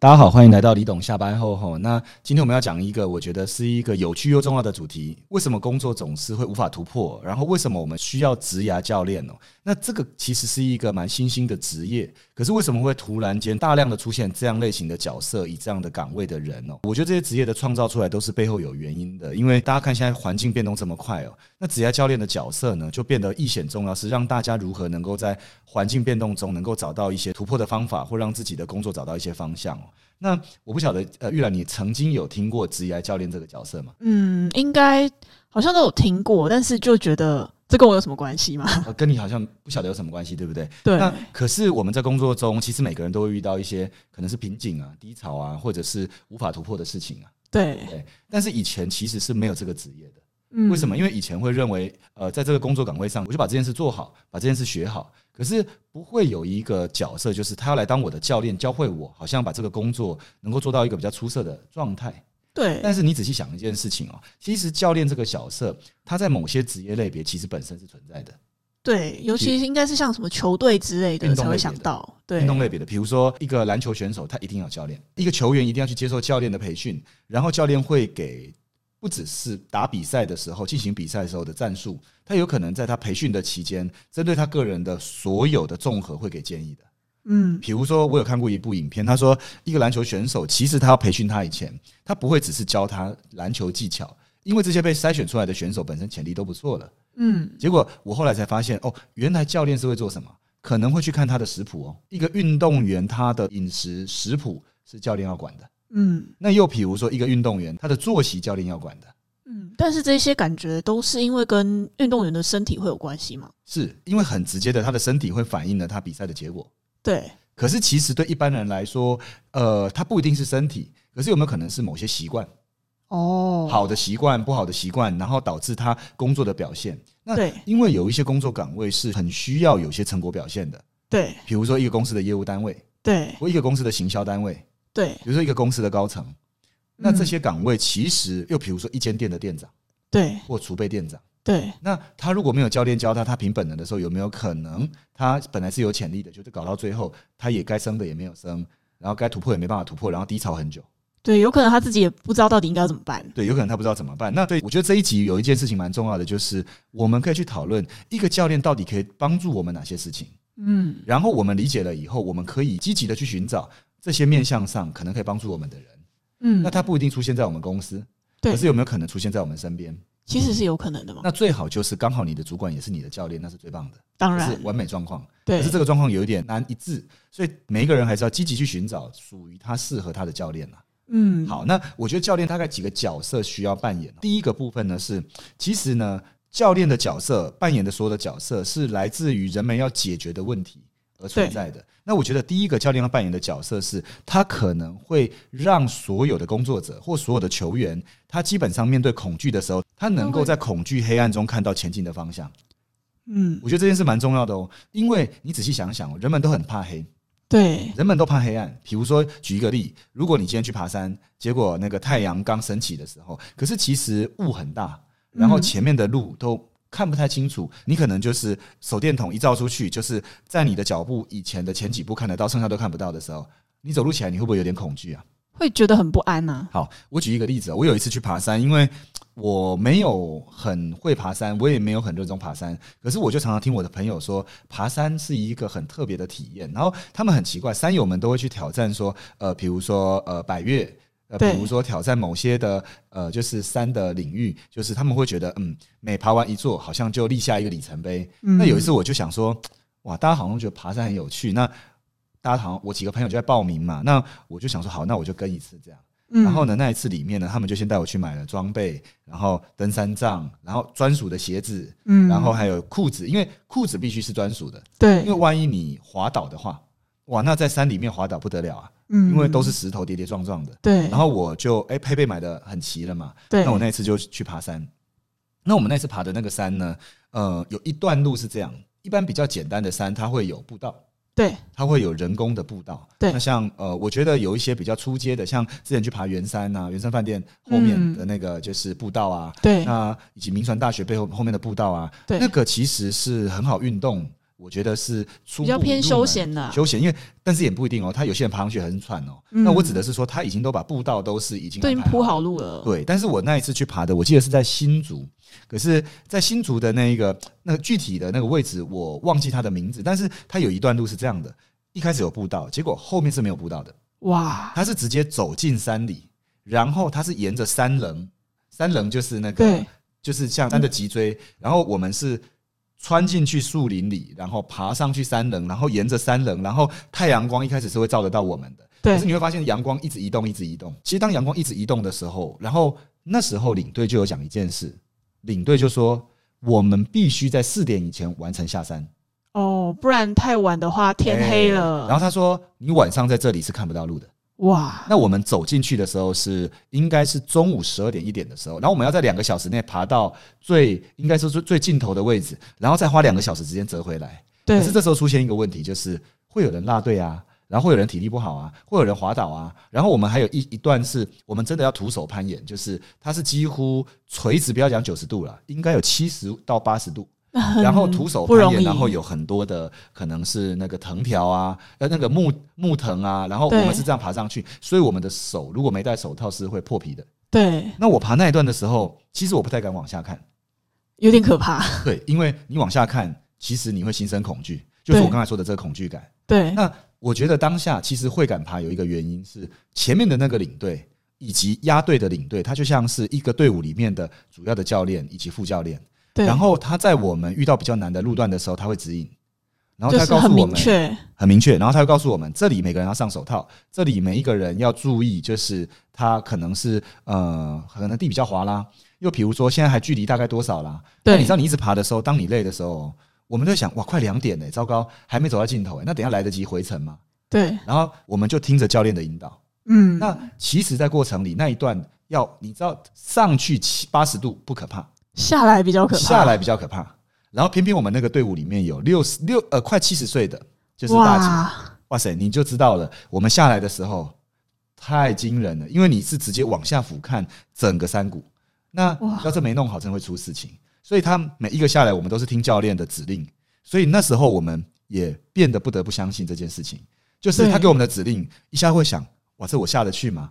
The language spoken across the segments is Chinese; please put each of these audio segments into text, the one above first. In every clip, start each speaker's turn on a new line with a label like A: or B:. A: 大家好，欢迎来到李董下班后吼。那今天我们要讲一个，我觉得是一个有趣又重要的主题：为什么工作总是会无法突破？然后为什么我们需要职涯教练哦？那这个其实是一个蛮新兴的职业，可是为什么会突然间大量的出现这样类型的角色，以这样的岗位的人哦？我觉得这些职业的创造出来都是背后有原因的，因为大家看现在环境变动这么快哦，那职业教练的角色呢就变得异显重要，是让大家如何能够在环境变动中能够找到一些突破的方法，或让自己的工作找到一些方向哦。那我不晓得，呃，玉兰，你曾经有听过职业教练这个角色吗？
B: 嗯，应该好像都有听过，但是就觉得这跟我有什么关系吗？
A: 呃跟你好像不晓得有什么关系，对不对？
B: 嗯对，
A: 那可是我们在工作中，其实每个人都会遇到一些可能是瓶颈啊、低潮啊，或者是无法突破的事情啊。
B: 对，
A: 但是以前其实是没有这个职业的，
B: 嗯，
A: 为什？么？因为以前会认为，呃，在这个工作岗位上，我就把这件事做好，把这件事学好。可是不会有一个角色，就是他要来当我的教练，教会我，好像把这个工作能够做到一个比较出色的状态。
B: 对，
A: 但是你仔细想一件事情哦，其实教练这个角色，他在某些职业类别其实本身是存在的。
B: 对，尤其是应该是像什么球队之类
A: 运
B: 的
A: 动
B: 才
A: 类
B: 会
A: 别
B: 想
A: 的
B: 到，对
A: 运，动类别的，比如说一个篮球选手，他一定要教练；一个球员一定要去接受教练的培训，然后教练会给不只是打比赛的时候进行比赛的时候的战术，他有可能在他培训的期间，针对他个人的所有的综合会给建议的。
B: 嗯，
A: 比如说，我有看过一部影片，他说一个篮球选手，其实他要培训他以前，他不会只是教他篮球技巧，因为这些被筛选出来的选手本身潜力都不错了。
B: 嗯，
A: 结果我后来才发现，哦，原来教练是会做什么？可能会去看他的食谱哦。一个运动员他的饮食食谱是教练要管的。
B: 嗯，
A: 那又比如说，一个运动员他的作息教练要管的，
B: 嗯，但是这些感觉都是因为跟运动员的身体会有关系嘛？
A: 是因为很直接的，他的身体会反映了他比赛的结果。
B: 对，
A: 可是其实对一般人来说，呃，他不一定是身体，可是有没有可能是某些习惯？
B: 哦，
A: 好的习惯、不好的习惯，然后导致他工作的表现。那
B: 对
A: 因为有一些工作岗位是很需要有些成果表现的，
B: 对，
A: 比如说一个公司的业务单位，
B: 对，
A: 或一个公司的行销单位，
B: 对，
A: 比如说一个公司的高层。那
B: 嗯
A: 这些岗位其实又比如说一间店的店长
B: 对，
A: 或储备店长，
B: 对，
A: 那他如果没有教练教他，他凭本能的时候有没有可能他本来是有潜力的，就是搞到最后他也该升的也没有升，然后该突破也没办法突破，然后低潮很久。
B: 对，有可能他自己也不知道到底应该要怎么办。
A: 对，有可能他不知道怎么办。那对我觉得这一集有一件事情蛮重要的，就是我们可以去讨论一个教练到底可以帮助我们哪些事情。
B: 嗯，
A: 然后我们理解了以后，我们可以积极的去寻找这些面向上可能可以帮助我们的人。
B: 嗯，
A: 那他不一定出现在我们公司，
B: 对哦
A: 可是有没有可能出现在我们身边？
B: 其实是有可能的嘛？
A: 那最好就是刚好你的主管也是你的教练，那是最棒的，
B: 当
A: 这
B: 然
A: 是，完美状况。可
B: 对
A: 是，这个状况有一点难一致，所以每一个人还是要积极去寻找属于他适合他的教练啊。
B: 嗯，
A: 好，那我觉得教练大概几个角色需要扮演。哦第一个部分呢是，其实呢，教练的角色扮演的所有的角色是来自于人们要解决的问题而存在的。那我觉得第一个教练要扮演的角色是，他可能会让所有的工作者或所有的球员，他基本上面对恐惧的时候，他能够在恐惧黑暗中看到前进的方向。
B: 嗯，
A: 我觉得这件事蛮重要的哦，因为你仔细想想哦，人们都很怕黑。
B: 对，
A: 人们都怕黑暗。比如说，举一个例，如果你今天去爬山，结果那个太阳刚升起的时候，可是其实雾很大，然后
B: 嗯
A: 前面的路都看不太清楚，你可能就是手电筒一照出去，就是在你的脚步以前的前几步看得到，剩下都看不到的时候，你走路起来你会不会有点恐惧啊？
B: 会觉得很不安呐、
A: 好，我举一个例子哦，我有一次去爬山，因为我没有很会爬山，我也没有很热衷爬山，可是我就常常听我的朋友说，爬山是一个很特别的体验。然后他们很奇怪，山友们都会去挑战说，呃，比如说呃百越。呃，比
B: 对
A: 如说挑战某些的呃，就是山的领域，就是他们会觉得，嗯，每爬完一座，好像就立下一个里程碑。
B: 嗯
A: 那有一次我就想说，哇，大家好像觉得爬山很有趣，那大家好像我几个朋友就在报名嘛，那我就想说，好，那我就跟一次这样。然后呢，
B: 呢？
A: 那一次里面呢，他们就先带我去买了装备，然后登山杖，然后专属的鞋子，
B: 嗯，
A: 然后还有裤子，因为裤子必须是专属的，因为
B: 对，
A: 万一你滑倒的话，哇，那在山里面滑倒不得了啊，
B: 嗯
A: 因为都是石头跌跌撞撞的。
B: 对，
A: 然后我就哎，佩佩买的很齐了嘛，
B: 对，
A: 那我那一次就去爬山。那我们那次爬的那个山呢，呃，有一段路是这样，一般比较简单的山它会有步道，
B: 对
A: 它会有人工的步道。
B: 对
A: 那像呃，我觉得有一些比较出街的，像之前去爬圆山啊，圆山饭店后面
B: 嗯
A: 的那个就是步道啊，
B: 对
A: 那以及民传大学背后后面的步道啊，
B: 对
A: 那个其实是很好运动。我觉得是初步
B: 比较偏
A: 入
B: 休
A: 门
B: 闲的啊
A: 休闲，因为但是也不一定哦。他有些人爬上去很喘哦。
B: 嗯
A: 那我指的是说，他已经都把步道都是已经
B: 都已经
A: 安排
B: 铺好路了。
A: 对，但是我那一次去爬的，我记得是在新竹，可是，在新竹的那一个那个具体的那个位置，我忘记它的名字，但是它有一段路是这样的：一开始有步道，结果后面是没有步道的，
B: 哇，
A: 它是直接走进山里，然后它是沿着山棱，山棱就是那个
B: 对，
A: 就是像山的脊椎，然后我们是。穿进去树林里，然后爬上去山棱，然后沿着山棱，然后太阳光一开始是会照得到我们的，可是
B: 对，
A: 你会发现阳光一直移动，一直移动。其实当阳光一直移动的时候，然后那时候领队就有讲一件事，领队就说我们必须在四点以前完成下山，
B: 哦，不然太晚的话天黑了。
A: 哎然后他说你晚上在这里是看不到路的。
B: 哇，
A: 那我们走进去的时候是应该是中午十二点一点的时候，然后我们要在两个小时内爬到最应该说最最尽头的位置，然后再花两个小时时间折回来。
B: 对
A: 可 是这时候出现一个问题，就是会有人落队啊，然后会有人体力不好啊，会有人滑倒啊，然后我们还有一一段是我们真的要徒手攀岩，就是它是几乎垂直，不要讲九十度了，应该有七十到八十度。然后徒手
B: 嗯不
A: 攀
B: 容
A: 岩，
B: 易
A: 然后有很多的可能是那个藤条啊，呃，那个木木藤啊，然后我
B: 对
A: 们是这样爬上去，所以我们的手如果没戴手套是会破皮的。
B: 对，
A: 那我爬那一段的时候，其实我不太敢往下看，
B: 有点可怕。
A: 对，因为你往下看，其实你会心生恐惧，就是
B: 对
A: 我刚才说的这个恐惧感。
B: 对，
A: 那我觉得当下其实会敢爬有一个原因是前面的那个领队以及压队的领队，他就像是一个队伍里面的主要的教练以及副教练，
B: 对，
A: 然后他在我们遇到比较难的路段的时候，他会指引，然后
B: 就
A: 他
B: 是
A: 告
B: 很
A: 诉我
B: 明
A: 们
B: 确，
A: 很明确，然后他会告诉我们这里每个人要上手套，这里每一个人要注意，就是他可能是呃可能地比较滑啦，又比如说现在还距离大概多少啦，那你
B: 对
A: 知，道你一直爬的时候，当你累的时候，我们就会想哇快两点呢、糟糕还没走到尽头、欸，那等一下来得及回程吗？
B: 对，
A: 然后我们就听着教练的引导。
B: 嗯，
A: 那其实，在过程里那一段要你知道上去七八十度不可怕，
B: 下来比较可怕。
A: 下来比较可怕。然后偏偏我们那个队伍里面有六十六呃快七十岁的，就是大姐，哇
B: 哇，
A: 塞，你就知道了。我们下来的时候太惊人了，因为你是直接往下俯瞰整个山谷，那
B: 哇
A: 要是没弄好，真会出事情。所以他每一个下来，我们都是听教练的指令，所以那时候我们也变得不得不相信这件事情，就是
B: 对
A: 他给我们的指令，一下会想，哇，这我下得去吗？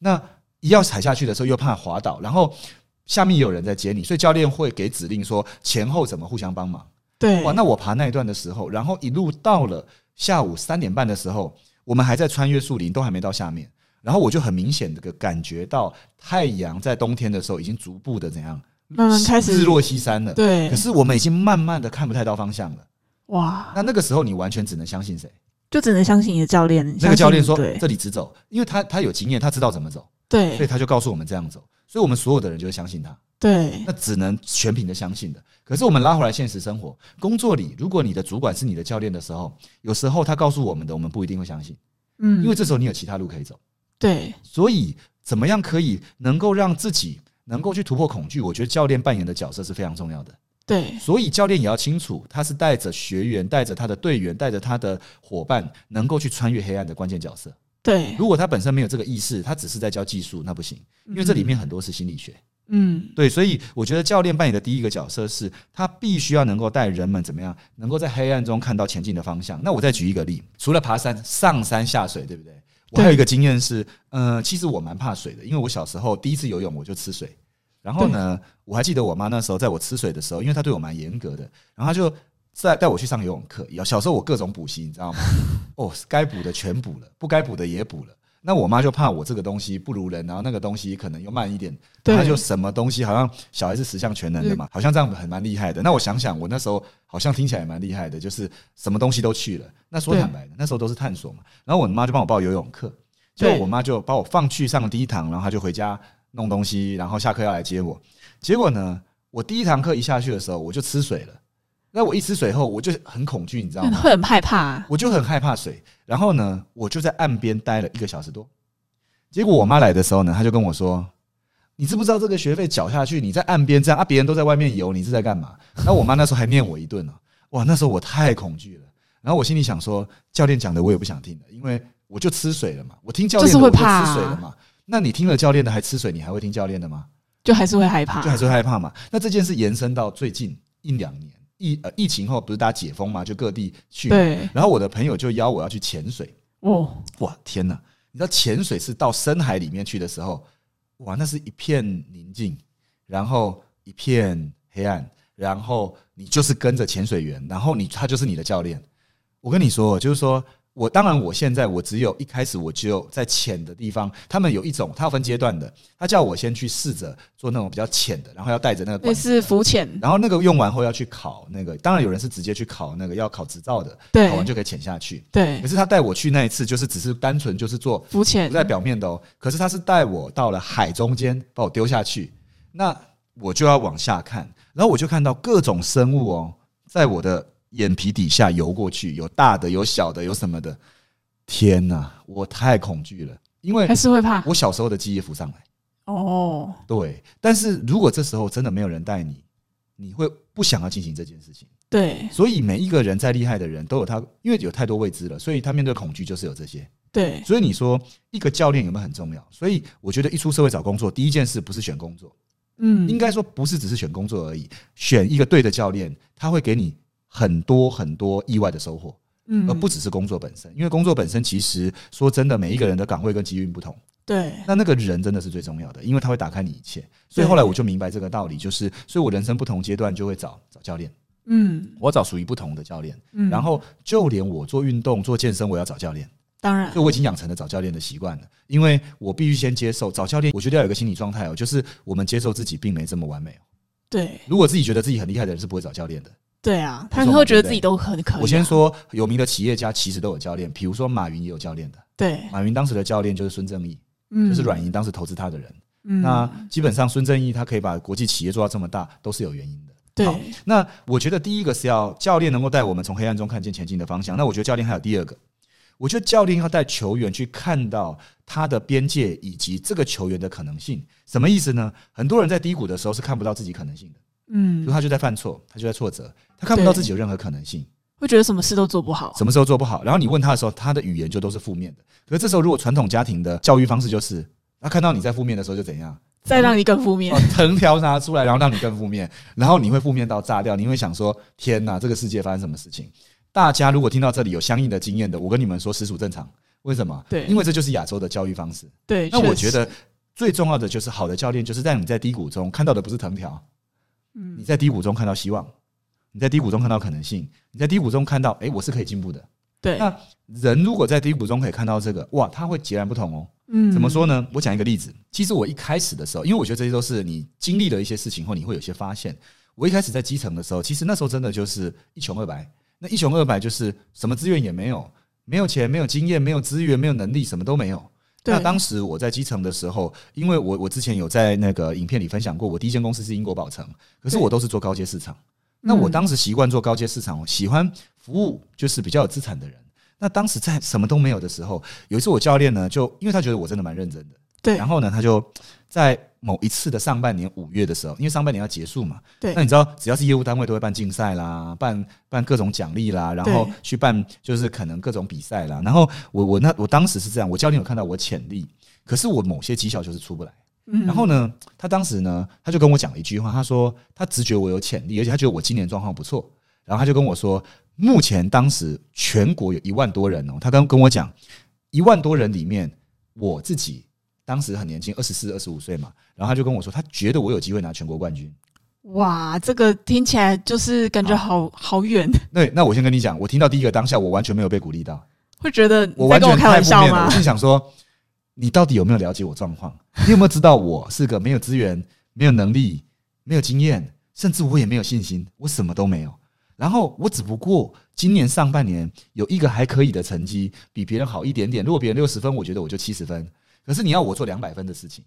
A: 那一要踩下去的时候又怕滑倒，然后下面也有人在接你，所以教练会给指令说前后怎么互相帮忙。
B: 对，
A: 哇，那我爬那一段的时候，然后一路到了下午三点半的时候，我们还在穿越树林，都还没到下面。然后我就很明显的感觉到太阳在冬天的时候已经逐步的怎样，
B: 慢慢嗯开始
A: 日落西山了。
B: 对
A: 可，是我们已经慢慢的看不太到方向了。
B: 哇，
A: 那那个时候你完全只能相信谁？
B: 就只能相信你的教练。
A: 那个教练
B: 相
A: 说
B: 信你
A: 这里直走，因为他他有经验，他知道怎么走，
B: 对
A: 所以
B: 对
A: 他就告诉我们这样走。所以我们所有的人就会相信他，
B: 对
A: 那只能全凭着相信的。可是我们拉回来现实生活、工作里，如果你的主管是你的教练的时候，有时候他告诉我们的，我们不一定会相信，
B: 嗯，
A: 因为这时候你有其他路可以走。
B: 对
A: 所以，怎么样可以能够让自己能够去突破恐惧？我觉得教练扮演的角色是非常重要的。
B: 对
A: 所以教练也要清楚，他是带着学员、带着他的队员、带着他的伙伴，能够去穿越黑暗的关键角色。
B: 对，
A: 如果他本身没有这个意识，他只是在教技术，那不行，因为这里面很多是心理学。
B: 嗯，
A: 对，所以我觉得教练扮演的第一个角色是，他必须要能够带人们怎么样，能够在黑暗中看到前进的方向。那我再举一个例，除了爬山、上山下水，对不对？我还有一个经验是，呃，其实我蛮怕水的，因为我小时候第一次游泳我就吃水。然后呢，我还记得我妈那时候在我吃水的时候，因为她对我蛮严格的，然后她就在带我去上游泳课。小时候我各种补习，你知道吗？ 哦，该补的全补了，不该补的也补了。那我妈就怕我这个东西不如人，然后那个东西可能又慢一点，
B: 对
A: 她就什么东西好像小孩是十项全能的嘛，好像这样很蛮厉害的。那我想想，我那时候好像听起来也蛮厉害的，就是什么东西都去了。那说
B: 对
A: 坦白的，那时候都是探索嘛。然后我妈就帮我报游泳课，就
B: 对
A: 我妈就把我放去上第一堂，然后她就回家弄东西，然后下课要来接我。结果呢，我第一堂课一下去的时候，我就吃水了。那我一吃水后，我就很恐惧，你知道吗？
B: 会很害怕。
A: 我就很害怕水。然后呢，我就在岸边待了一个小时多。结果我妈来的时候呢，她就跟我说：“你知不知道这个学费缴下去，你在岸边这样啊，别人都在外面游，你是在干嘛？”然后我妈那时候还念我一顿呢、哇，那时候我太恐惧了。然后我心里想说，教练讲的我也不想听了，因为我就吃水了嘛，我听教练的
B: 就是
A: 我
B: 会
A: 就
B: 怕啊
A: 吃水了嘛。那你听了教练的还吃水，你还会听教练的吗？
B: 就还是会害怕
A: 就，还是会害怕嘛。那这件事延伸到最近一两年，疫呃疫情后不是大家解封嘛，就各地去嘛。
B: 对，
A: 然后我的朋友就邀我要去潜水，
B: 哦，
A: 哇天哪！你知道潜水是到深海里面去的时候，哇，那是一片宁静，然后一片黑暗，然后你就是跟着潜水员，然后你他就是你的教练。我跟你说，就是说我当然我现在我只有一开始我只有在浅的地方，他们有一种它有分阶段的，他叫我先去试着做那种比较浅的，然后要带着那个
B: 类
A: 管
B: 似浮潜，
A: 然后那个用完后要去考那个，当然有人是直接去考那个要考执照的，
B: 对
A: 考完就可以潜下去。
B: 对
A: 可，是他带我去那一次，就是只是单纯就是做
B: 浮潜
A: 不在表面的哦。可是他是带我到了海中间，把我丢下去，那我就要往下看，然后我就看到各种生物哦，在我的眼皮底下游过去，有大的，有小的，有什么的。天哪，我太恐惧了，因为
B: 还是会怕
A: 我小时候的记忆浮上来。
B: 哦，
A: 对，但是如果这时候真的没有人带你，你会不想要进行这件事情。
B: 对
A: 所以每一个人再厉害的人都有他，因为有太多未知了，所以他面对恐惧就是有这些。
B: 对
A: 所以你说一个教练有没有很重要？所以我觉得一出社会找工作，第一件事不是选工作，
B: 嗯，
A: 应该说不是只是选工作而已，选一个对的教练，他会给你很多很多意外的收获，
B: 嗯
A: 而不只是工作本身。因为工作本身其实说真的，每一个人的岗位跟机遇不同。
B: 对
A: 那那个人真的是最重要的，因为他会打开你一切。所以后来我就明白这个道理，就是，所以我人生不同阶段就会找找教练，
B: 嗯
A: 我要找属于不同的教练。
B: 嗯，
A: 然后就连我做运动、做健身，我要找教练，
B: 当然
A: 所以我已经养成了找教练的习惯了。因为我必须先接受找教练，我觉得要有一个心理状态哦，就是我们接受自己并没这么完美哦。
B: 对
A: 如果自己觉得自己很厉害的人是不会找教练的。
B: 对啊，他
A: 没错
B: 们会觉得
A: 对不对
B: 自己都很可以啊。
A: 我先说，有名的企业家其实都有教练，比如说马云也有教练的。
B: 对，
A: 马云当时的教练就是孙正义，
B: 嗯，
A: 就是软银当时投资他的人。
B: 嗯，
A: 那基本上孙正义他可以把国际企业做到这么大，都是有原因的。
B: 对
A: 好那我觉得第一个是要教练能够带我们从黑暗中看见前进的方向。那我觉得教练还有第二个，我觉得教练要带球员去看到他的边界以及这个球员的可能性。什么意思呢？很多人在低谷的时候是看不到自己可能性的，比如
B: 嗯，
A: 他就在犯错，他就在挫折，他看不到
B: 对
A: 自己有任何可能性，
B: 会觉得什么事都做不好。
A: 什么时候做不好，然后你问他的时候，他的语言就都是负面的。可是这时候，如果传统家庭的教育方式就是，他看到你在负面的时候就怎样？
B: 再让你更负面
A: 哦，，藤条拿出来，然后让你更负面，然后你会负面到炸掉，你会想说：天哪，这个世界发生什么事情？大家如果听到这里有相应的经验的，我跟你们说，实属正常。为什么？
B: 对
A: 因为这就是亚洲的教育方式。
B: 对，
A: 那我觉
B: 确实
A: 得最重要的就是好的教练，就是让你在低谷中看到的不是藤条，
B: 嗯
A: 你在低谷中看到希望，你在低谷中看到可能性，你在低谷中看到，诶，我是可以进步的。
B: 对，
A: 那人如果在低谷中可以看到这个，哇，他会截然不同哦。
B: 嗯，
A: 怎么？说呢？我讲一个例子。其实我一开始的时候，因为我觉得这些都是你经历了一些事情后，你会有一些发现。我一开始在基层的时候，其实那时候真的就是一穷二白。那一穷二白就是什么资源也没有，没有钱，没有经验，没有资源，没有能力，什么都没有。
B: 对
A: 那当时我在基层的时候，因为我我之前有在那个影片里分享过，我第一间公司是英国宝城，可是
B: 对
A: 我都是做高阶市场。那我
B: 嗯
A: 当时习惯做高阶市场，喜欢服务就是比较有资产的人。那当时在什么都没有的时候，有一次我教练呢，就因为他觉得我真的蛮认真的，
B: 对
A: 然后呢，他就在某一次的上半年五月的时候，因为上半年要结束嘛，
B: 对
A: 那你知道只要是业务单位都会办竞赛啦，办办各种奖励啦，然后
B: 对
A: 去办就是可能各种比赛啦。然后我我那我当时是这样，我教练有看到我潜力，可是我某些绩效就是出不来。
B: 嗯
A: 然后呢，他当时呢，他就跟我讲了一句话，他说他直觉我有潜力，而且他觉得我今年状况不错。然后他就跟我说，目前当时全国有一万多人哦，他刚跟我讲，一万多人里面，我自己当时很年轻，二十四、二十五岁嘛。然后他就跟我说，他觉得我有机会拿全国冠军。
B: 哇，这个听起来就是感觉好好远，
A: 那那我先跟你讲，我听到第一个当下，我完全没有被鼓励到，
B: 会觉得你
A: 我完
B: 在
A: 全
B: 跟我开
A: 太
B: 玩
A: 负
B: 笑
A: 面了。
B: 吗
A: 我？就想说，你到底有没有了解我状况？ 你有没有知道我是个没有资源、没有能力、没有经验，甚至我也没有信心，我什么都没有。然后我只不过今年上半年有一个还可以的成绩，比别人好一点点。如果别人六十分，我觉得我就七十分。可是你要我做两百分的事情，